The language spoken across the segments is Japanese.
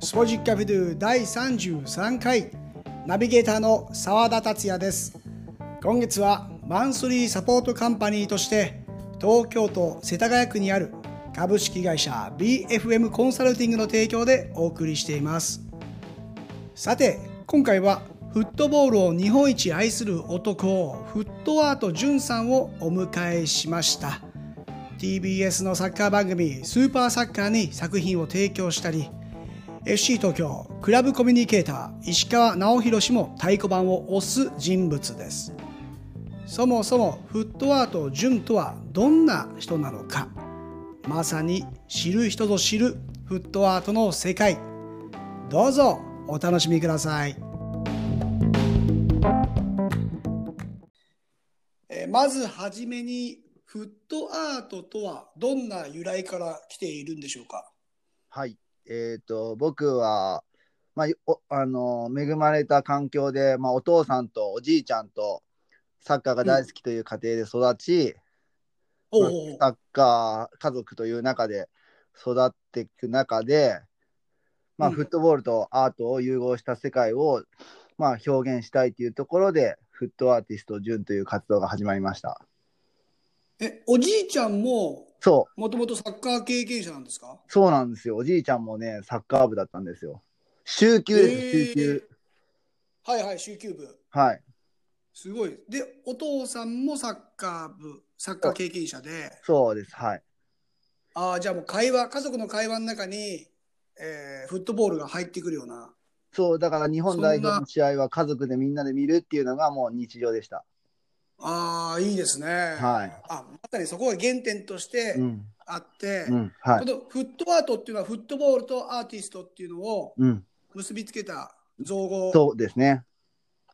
スポジッカフェドゥ第33回ナビゲーターの澤田達也です今月はマンスリーサポートカンパニーとして東京都世田谷区にある株式会社 BFM コンサルティングの提供でお送りしていますさて今回はフットボールを日本一愛する男フットワート潤さんをお迎えしました TBS のサッカー番組「スーパーサッカー」に作品を提供したり FC 東京クラブコミュニケーター石川直弘氏も太鼓判を押す人物ですそもそもフットワート潤とはどんな人なのかまさに知る人ぞ知るフットワートの世界どうぞお楽しみください、えーまずはじめにフットアートとはどんな由来から来ているんでしょうかはい。えっ、と、僕は、まあ、おあの恵まれた環境で、まあ、お父さんとおじいちゃんとサッカーが大好きという家庭で育ち、おまあうおうサッカー家族という中で育っていく中で、まあ、うんフットボールとアートを融合した世界を、まあ、表現したいというところで、フットアーティスト純という活動が始まりました。えおじいちゃんもそう、もともとサッカー経験者なんですかそうなんですよ。おじいちゃんもね、サッカー部だったんですよ。週休です、週休。えーはいはい、週休部。はい。すごい。で、お父さんもサッカー部、サッカー経験者で、そうです。はい。ああ、じゃあもう会話、家族の会話の中に、えーフットボールが入ってくるような。そう、だから日本代表の試合は家族でみんなで見るっていうのがもう日常でした。ああ、いいですね。はい。あ、まさにそこが原点としてうん。あって、うん。はい。このフットアートっていうのはフットボールとアーティストっていうのをうん。結びつけた造語。そうですね。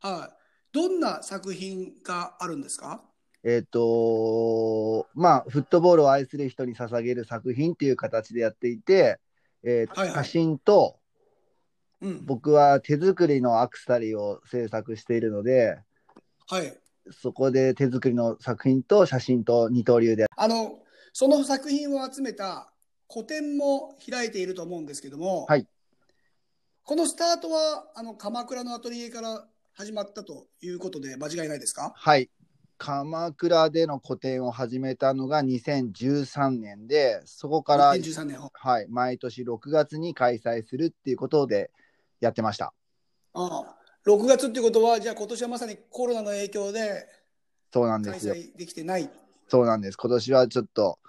はい。どんな作品があるんですかえっ、とまあ、フットボールを愛する人に捧げる作品っていう形でやっていて、えーはいはい写真とうん。僕は手作りのアクセサリーを制作しているので、はい。そこで手作りの作品と写真と二刀流で。あの、その作品を集めた個展も開いていると思うんですけども、はいこのスタートは、あの、鎌倉のアトリエから始まったということで間違いないですかはい。鎌倉での個展を始めたのが2013年で、そこから ?2013 年。あはい、毎年6月に開催するっていうことでやってました。あ6月っていうことは、じゃあ今年はまさにコロナの影響でそうなんで開すよ。催できてない。そうなんです。今年はちょっと、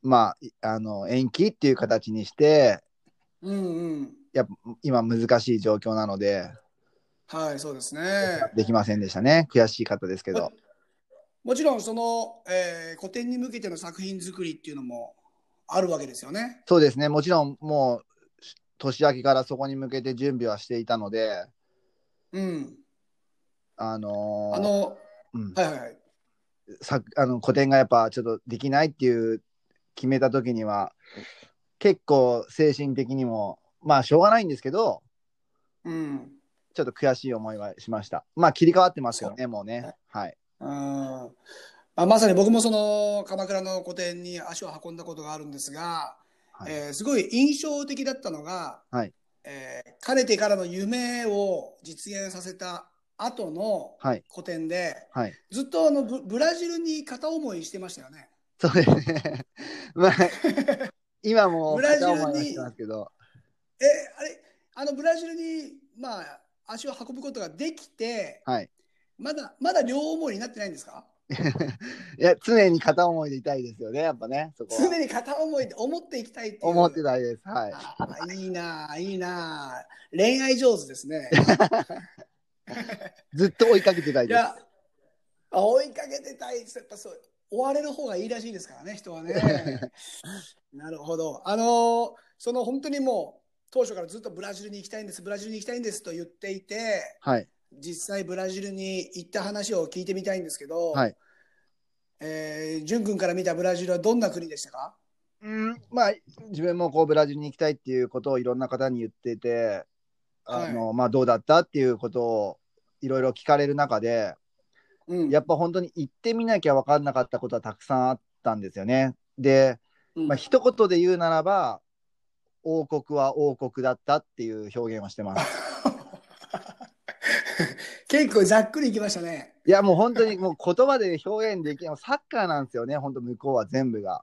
まあい、あの、延期っていう形にして、うんうん。やっぱ今難しい状況なので、はい、そうですね。できませんでしたね。悔しかったですけど。もちろん、その、えー個展に向けての作品作りっていうのもあるわけですよね。そうですね。もちろんもう、年明けからそこに向けて準備はしていたので、うん。あのーあの、うん、はいはいはい。さあの個展がやっぱちょっとできないっていう決めた時には結構精神的にもまあしょうがないんですけどうん。ちょっと悔しい思いはしましたまあ切り替わってますよねもうねはいうんまあ、まさに僕もその鎌倉の個展に足を運んだことがあるんですが、はい、えーすごい印象的だったのが、はいえーかねてからの夢を実現させた後のはい個展で、はいずっとあのブブラジルに片思いしてましたよね。そうですね まあ今もブラジルに片思いはしてますけどえあれあのブラジルに、まあ、足を運ぶことができてはいまだまだ両思いになってないんですかいや常に片思いでいたいですよねやっぱねそこは常に片思いで思っていきたいっていう思ってたいですはいあーいいなあいいなあ恋愛上手ですね。ずっと追いかけてたいいですや、あ追いかけてたいです。やっぱそう、追われる方がいいらしいですからね、人はね。なるほど。あのーその本当にもう、当初からずっとブラジルに行きたいんです、ブラジルに行きたいんですと言っていて、 はい実際ブラジルに行った話を聞いてみたいんですけど、はいえー、淳君から見たブラジルはどんな国でしたかうん、まあ自分もこうブラジルに行きたいっていうことをいろんな方に言ってて、あのまあ、どうだったっていうことをいろいろ聞かれる中でうんやっぱ本当に行ってみなきゃ分かんなかったことはたくさんあったんですよね。で、うんまあ一言で言うならば王国は王国だったっていう表現をして ます。 結構ざっくりいきましたね。いやもう本当にもう言葉で表現できないサッカーなんですよね本当向こうは全部が。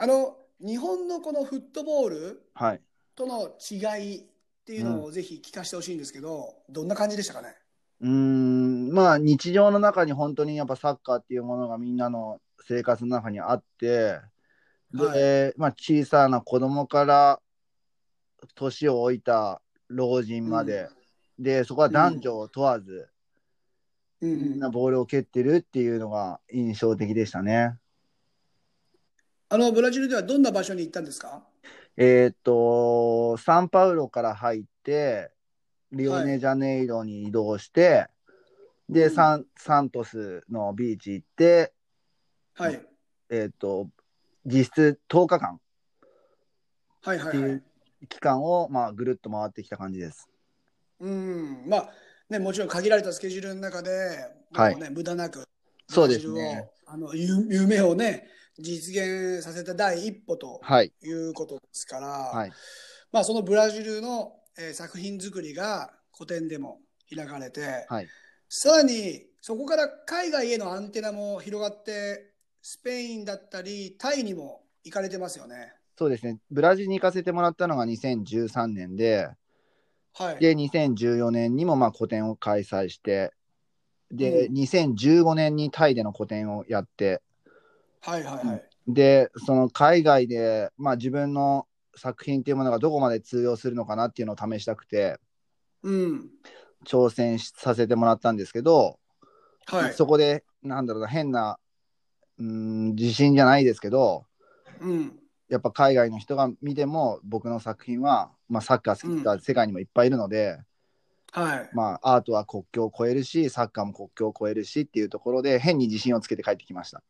あの、日本のこのフットボールはい。との違いっていうのをぜひ聞かせてほしいんですけど、どんな感じでしたかね。うーんまあ日常の中に本当にやっぱサッカーっていうものがみんなの生活の中にあってで、まあ、小さな子供から年を置いた老人まで、でそこは男女を問わず、うんみんう、なんボールを蹴ってるっていうのが印象的でしたね。あの、ブラジルではどんな場所に行ったんですかえーっとサンパウロから入ってリオネジャネイロに移動して、で、うんサンサントスのビーチ行って、はい。えーっと実質10日間はいはいはっい。期間を、まあ、ぐるっと回ってきた感じです。うん。まあ、ね、もちろん限られたスケジュールの中で、はいもうね、無駄なく、そうですね。ブラジルをあのゆ夢をね、実現させた第一歩とはい、いうことですから、はい、まあ、そのブラジルの、えー作品作りが古典でも開かれて、はい、さらにそこから海外へのアンテナも広がってスペインだったりタイにも行かれてますよね。そうですね。ブラジルに行かせてもらったのが2013年で、はい、で、2014年にもまあ個展を開催して、で、う2015年にタイでの個展をやって、はいはいはい。で、その海外で、まあ、自分の作品っていうものがどこまで通用するのかなっていうのを試したくて、うん。挑戦しさせてもらったんですけど、はい。そこで、なんだろうな、変な、うーん、自信じゃないですけど、うん。やっぱ海外の人が見ても僕の作品は、まあ、サッカー好きな世界にもいっぱいいるので、はい。まあ、アートは国境を越えるしサッカーも国境を越えるしっていうところで変に自信をつけて帰ってきました。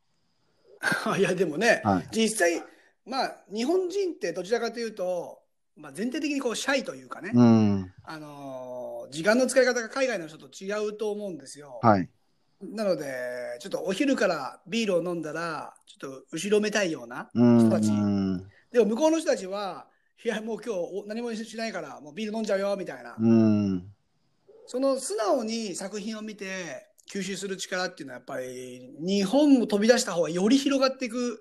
い やでもね、はい実際まあ日本人ってどちらかというと、まあ、全体的にこうシャイというかね、うんあのー時間の使い方が海外の人と違うと思うんですよ。はい、なのでちょっとお昼からビールを飲んだらちょっと後ろめたいようなうん人たちうんでも向こうの人たちはいやもう今日お何もしないからもうビール飲んじゃうよみたいな、うんその素直に作品を見て吸収する力っていうのはやっぱり日本を飛び出した方がより広がっていく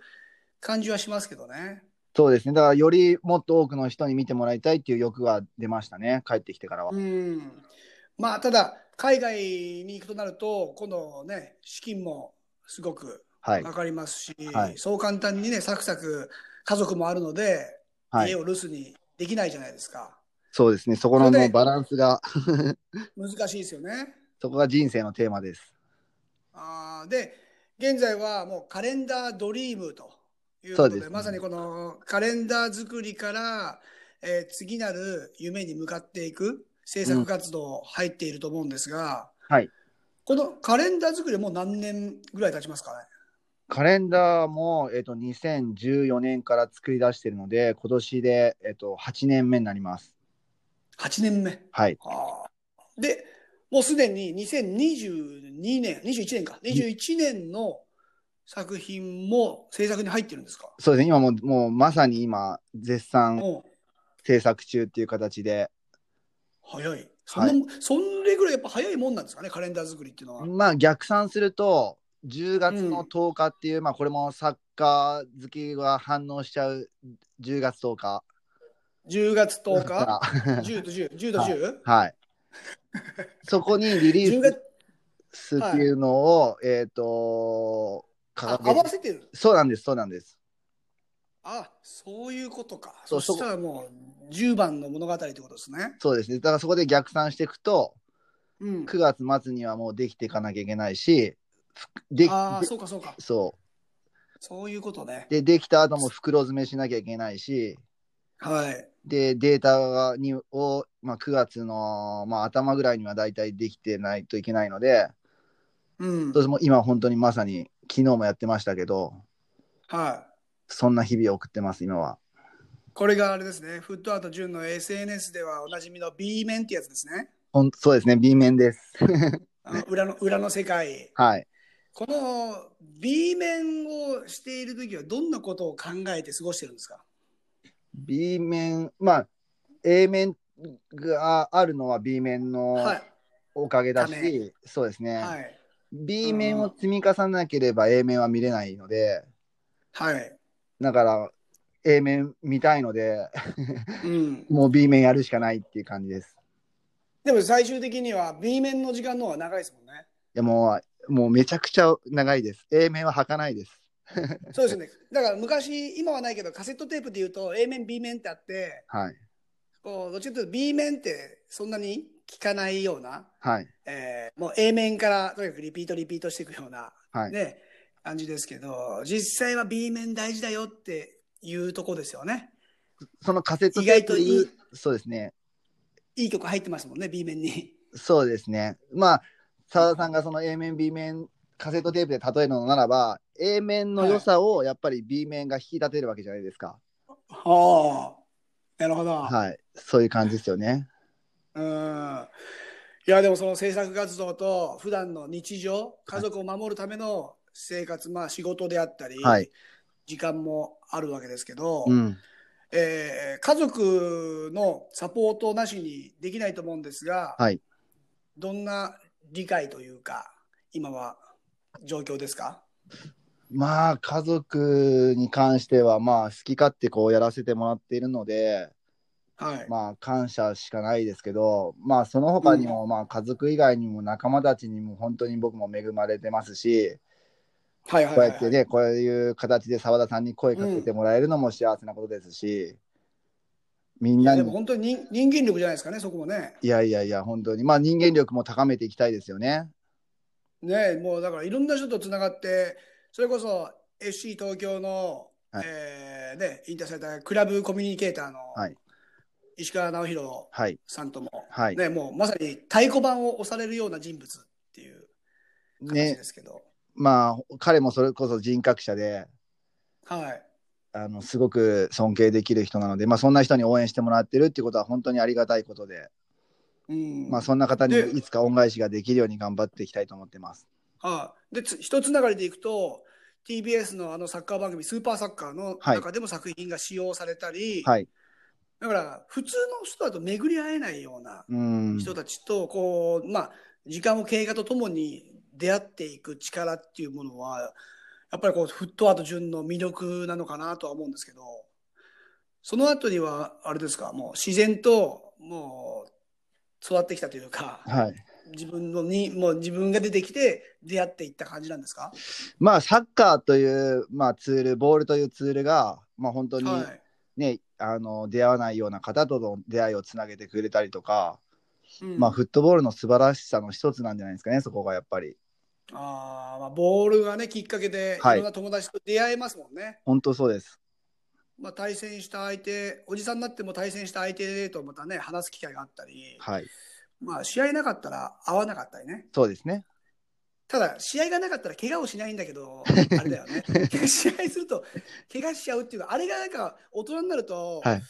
感じはしますけどね。そうですねだからよりもっと多くの人に見てもらいたいっていう欲が出ましたね帰ってきてからは。うんまあただ海外に行くとなると今度ね資金もすごくはいかかりますし、はいそう簡単にねサクサク家族もあるので、は家い、を留守にできないじゃないですかそうですねそこのそれでもうバランスが難しいですよね。そこが人生のテーマです。あーで現在はもうカレンダードリームということそでうですねまさにこのカレンダー作りから、えー次なる夢に向かっていく制作活動入っていると思うんですが、はいこのカレンダー作りはもう何年ぐらい経ちますかねカレンダーも、えっと2014年から作り出してるので今年で、えっと8年目になります。 8年目はい、あーでもうすでに2022年21年か21年の作品も制作に入ってるんですかそうですね、今もうもうまさに今、絶賛もう制作中っていう形で、早い。そんな、はそんれぐらいやっぱ早いもんなんですかね、カレンダー作りっていうのは。まあ逆算すると、10月の10日っていう、まあこれもサッカー好きが反応しちゃう10月10日。 10月10日、 10 10と10、10と 10? はい。そこにリリ10ー月スっていうのを、えっ、と、あ掲合げわて、せてる。そうなんです、そうなんです。あそういうことか。そそうしたらもう10番の物語ってことですね。そうですね。だからそこで逆算していくと、うん、 9月末にはもうできていかなきゃいけないし、ふでああ、でそうかそうか。そう。そういうことね。で、できた後も袋詰めしなきゃいけないし、はい。で、データがにを、まあ、9月の、まあ、頭ぐらいには大体できてないといけないので、うんそ。うですもう今本当にまさに昨日もやってましたけど、はそんな日々を送ってます、今は。い。これがあれですね、フットアート純の SNS ではおなじみの B 面ってやつですね。ほんそうですね、B 面です。あの裏の裏の世界。はい。この B 面をしているときはどんなことを考えて過ごしてるんですか B 面、まあ、A 面があるのは B 面のはい。おかげだし、だねそうですね、はい。 B 面を積み重ねなければ A 面は見れないので、はい。だから、A 面見たいので、うん。もう B 面やるしかないっていう感じです。でも最終的には B 面の時間の方が長いですもんね。いやもう、もうめちゃくちゃ長いです。A 面は履かないです。そうですよね。だから昔、今はないけど、カセットテープで言うと A 面、B 面ってあって、はい。こうどっちかというと B 面ってそんなに効かないような、はい。えーもう A 面からとにかくリピートリピートしていくような、はいね、感じですけど、実際は B 面大事だよっていうとこですよね。そのカセット意外テーとプいい、そうですね。いい曲入ってますもんね、B 面に。そうですね。まあ、澤田さんがその A 面、B 面、カセットテープで例えるのならば、A 面の良さをやっぱり B 面が引き立てるわけじゃないですか。はあ。なるほど。はい。そういう感じですよね。うんいやでもその制作活動と普段の日常家族を守るための生活、まあ仕事であったり、はい時間もあるわけですけど、うん。えー家族のサポートなしにできないと思うんですが、はいどんな理解というか今は状況ですかまあ、家族に関しては、まあ、好き勝手こうやらせてもらっているので、はい、まあ、感謝しかないですけど、まあ、その他にも、まあ、家族以外にも仲間たちにも本当に僕も恵まれてますし、はいはいこうはいやってね、こういう形で澤田さんに声かけてもらえるのも幸せなことですし、みんいなやでにも、本当に人人間力じゃないですかねそこもねいやいやいや、本当に、まあ、人間力も高めていきたいですよね。ねえもうだからいろんな人とつながってそれこそ FC 東京の、はいえーね、引退されたクラブコミュニケーターのはい石川直弘はい、さんとも、はい。ね、もうまさに太鼓判を押されるような人物っていう感じねで、すけど、まあ、彼もそれこそ人格者で、はい、あのすごく尊敬できる人なので、まあ、そんな人に応援してもらってるってことは本当にありがたいことで、うんまあ、そんな方にでいつか恩返しができるように頑張っていきたいと思ってます。はいでつ一つながりでいくと TBS のあのサッカー番組「スーパーサッカー」のはい中でも作品が使用されたり、はい、だから普通の人だと巡り会えないようなうん人たちとこう、まあ、時間を経過とともに出会っていく力っていうものはやっぱりこうフットワート順の魅力なのかなとは思うんですけどその後にはあれですかもう自然ともう育ってきたというかはい、自分のにもう自分が出てきて出会っていった感じなんですか、まあサッカーという、まあ、ツールボールというツールが、まあ、本当に、はいねあの出会わないような方との出会いをつなげてくれたりとか、うんまあ、フットボールの素晴らしさの一つなんじゃないですかねそこがやっぱりあーまあ、ボールがねきっかけでいはいろんな友達と出会えますもんね。本当そうです。まあ、対戦した相手、おじさんになっても対戦した相手とまたね、話す機会があったり、はい、まあ、試合なかったら会わなかったりね。そうですね。ただ、試合がなかったら怪我をしないんだけ ど、あれだよね。 試合すると怪我しちゃうっていうか、あれがなんか大人になると、はい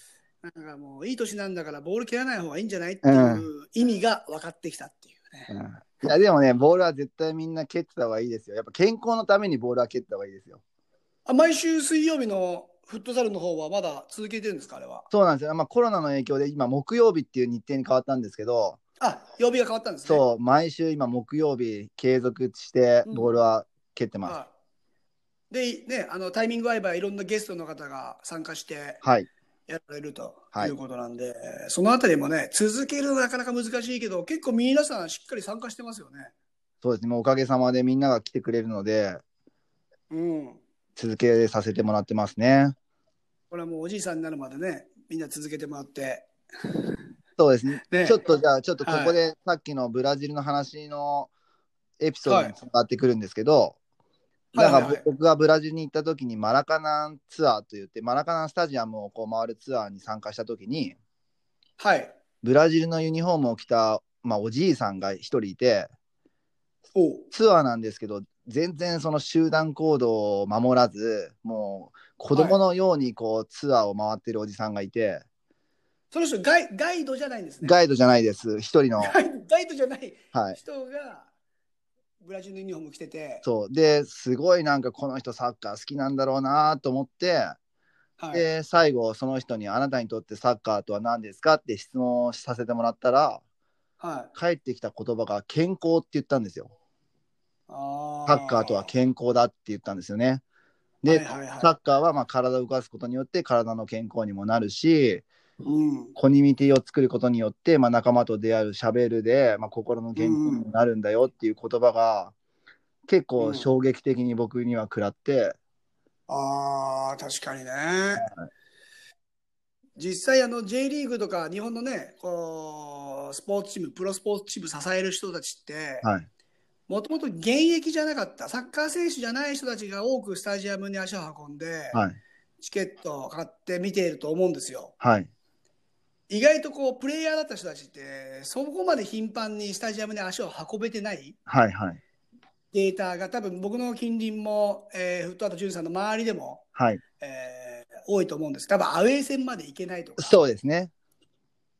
なんかもういい年なんだからボール蹴らない方がいいんじゃないっていう意味が分かってきたっていうね。うんいやでもね、ボールは絶対みんな蹴ってた方がいいですよ。やっぱ健康のためにボールは蹴った方がいいですよ。あ毎週水曜日のフットサルの方はまだ続けてるんですか、あれは。そうなんですよ。まあ、コロナの影響で今、木曜日っていう日程に変わったんですけど、あ、曜日が変わったんですね。そう、毎週今、木曜日継続してうんボールは蹴ってます。はい、で、ね、あのタイミング合えばいろんなゲストの方が参加してはい、やられるとはいいうことなんで、そのあたりもね、続けるのはなかなか難しいけど、結構皆さんしっかり参加してますよね。そうですね。もうおかげさまでみんなが来てくれるので、うん。続けさせてもらってますね。これはもうおじいさんになるまでね、みんな続けてもらって。そうですね。ね、ちょっとじゃあ、ちょっとここでさっきのブラジルの話のエピソードにつながってくるんですけど、はいなはんいはかい、僕がブラジルに行った時にマラカナンツアーといってマラカナンスタジアムをこう回るツアーに参加した時にはい。ブラジルのユニフォームを着た、まあ、おじいさんが一人いておうツアーなんですけど全然その集団行動を守らずもう子供のようにこう、ツアーを回ってるおじさんがいてその人ガイ、ガイドじゃないんですね。ガイドじゃないです一人のガイガイドじゃないはい人がブラジルのユニフォーム着てて、そうですごいなんかこの人サッカー好きなんだろうなと思ってはい。で最後その人に「あなたにとってサッカーとは何ですか?」って質問をさせてもらったらはい。返ってきた言葉が「健康」って言ったんですよ。あサッカーとは健康だって言ったんですよね。で、はいはいはいサッカーはまあ体を動かすことによって体の健康にもなるしうん。コミュニティを作ることによって、まあ、仲間と出会うしゃべるで、まあ、心の健康にもなるんだよっていう言葉が結構衝撃的に僕には食らって、ああ、確かにね。実際、あの、J リーグとか、日本のね、こう、スポーツチーム、プロスポーツチーム支える人たちって、はいもともと現役じゃなかった、サッカー選手じゃない人たちが多くスタジアムに足を運んで、はいチケットを買って見ていると思うんですよ。はい意外とこう、プレイヤーだった人たちって、そこまで頻繁にスタジアムに足を運べてないはいはいデータが、多分僕の近隣も、えーフットアートジュンさんの周りでも、はいえー多いと思うんです。多分アウェー戦まで行けないとか。そうですね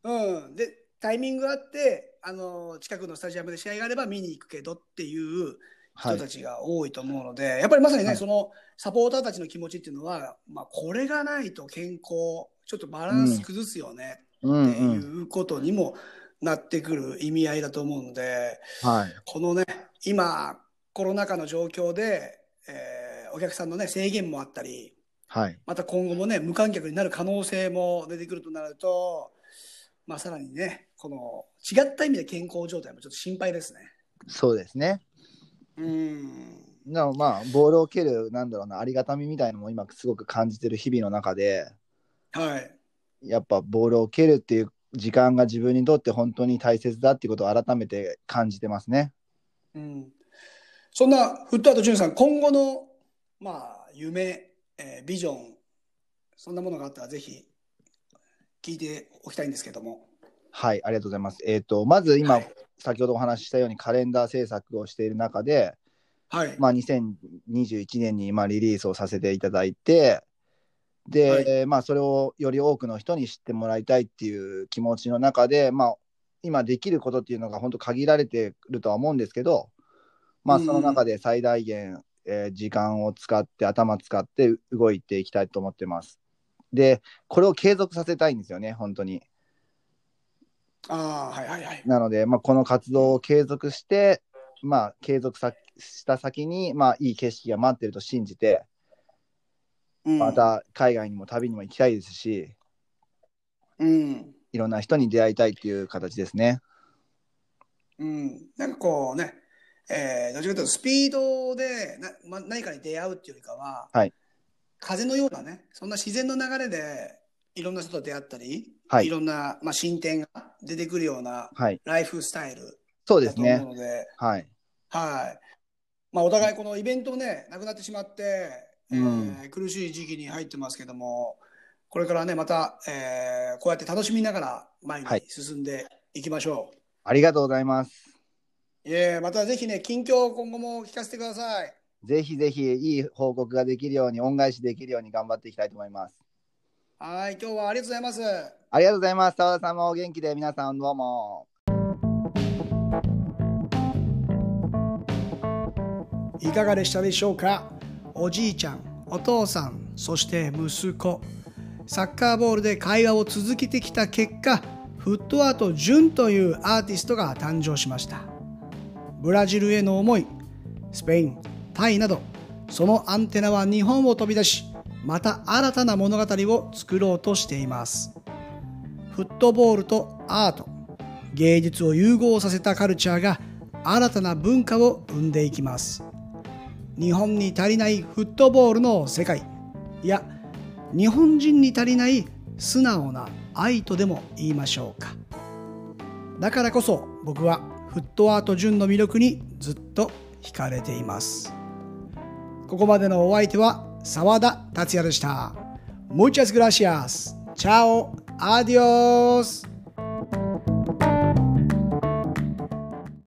うん、でタイミングがあって、あの近くのスタジアムで試合があれば見に行くけどっていうは人いたちが多いと思うので、やっぱりまさにね、はいそのサポーターたちの気持ちっていうのは、まあ、これがないと健康ちょっとバランス崩すよねうんっていうんうことにもなってくる意味合いだと思うのではいこのね今コロナ禍の状況で、えーお客さんのね制限もあったりはいまた今後もね無観客になる可能性も出てくるとなると、まあ、さらにねこの違った意味で健康状態もちょっと心配ですね。そうですねうんなおまあボールを蹴るなんだろうなありがたみみたいのも今すごく感じてる日々の中ではい、やっぱボールを蹴るっていう時間が自分にとって本当に大切だっていうことを改めて感じてますね。うん、そんなフットアート潤さん今後の、まあ、夢、えービジョンそんなものがあったらぜひ聞いておきたいんですけども。はい、ありがとうございます。えっ、と、まず今、はい先ほどお話ししたようにカレンダー制作をしている中で、はい、まあ、2021年に今リリースをさせていただいて、で、はいえーまあ、それをより多くの人に知ってもらいたいっていう気持ちの中で、まあ、今できることっていうのが本当限られてるとは思うんですけど、まあ、うんその中で最大限、えー時間を使って、頭使って動いていきたいと思ってます。で、これを継続させたいんですよね、本当に。あーはいはいはい。なので、まあ、この活動を継続して、まあ、継続さした先に、まあ、いい景色が待ってると信じて、うんま、た海外にも旅にも行きたいですし、うんいろんな人に出会いたいっていう形ですね。うん、なんかこうね、えー、どちらかというとスピードでな、ま、何かに出会うっていうよりかは、はい風のようなね、そんな自然の流れでいろんな人と出会ったり、はいろんな、まあ、進展が出てくるようなはい。ライフスタイルそうでだすと思ね。うので、はい。はい。まあ、お互いこのイベントね、なくなってしまって、えー苦しい時期に入ってますけども、これからね、また、えーこうやって楽しみながら前にはい進んでいきましょう。ありがとうございます。いえ、またぜひね、近況を今後も聞かせてください。ぜひぜひ、いい報告ができるように、恩返しできるように頑張っていきたいと思います。はい、今日はありがとうございます。ありがとうございます。澤田さんもお元気で、皆さんどうも。いかがでしたでしょうかおじいちゃん、お父さん、そして息子。サッカーボールで会話を続けてきた結果、フットアート純というアーティストが誕生しました。ブラジルへの思い、スペイン、タイなど、そのアンテナは日本を飛び出し、また新たな物語を作ろうとしています。フットボールとアート芸術を融合させたカルチャーが新たな文化を生んでいきます日本に足りないフットボールの世界いや日本人に足りない素直な愛とでも言いましょうかだからこそ僕はフットアート純の魅力にずっと惹かれていますここまでのお相手は澤田達也でした Muchas gracias. Chao. Adiós.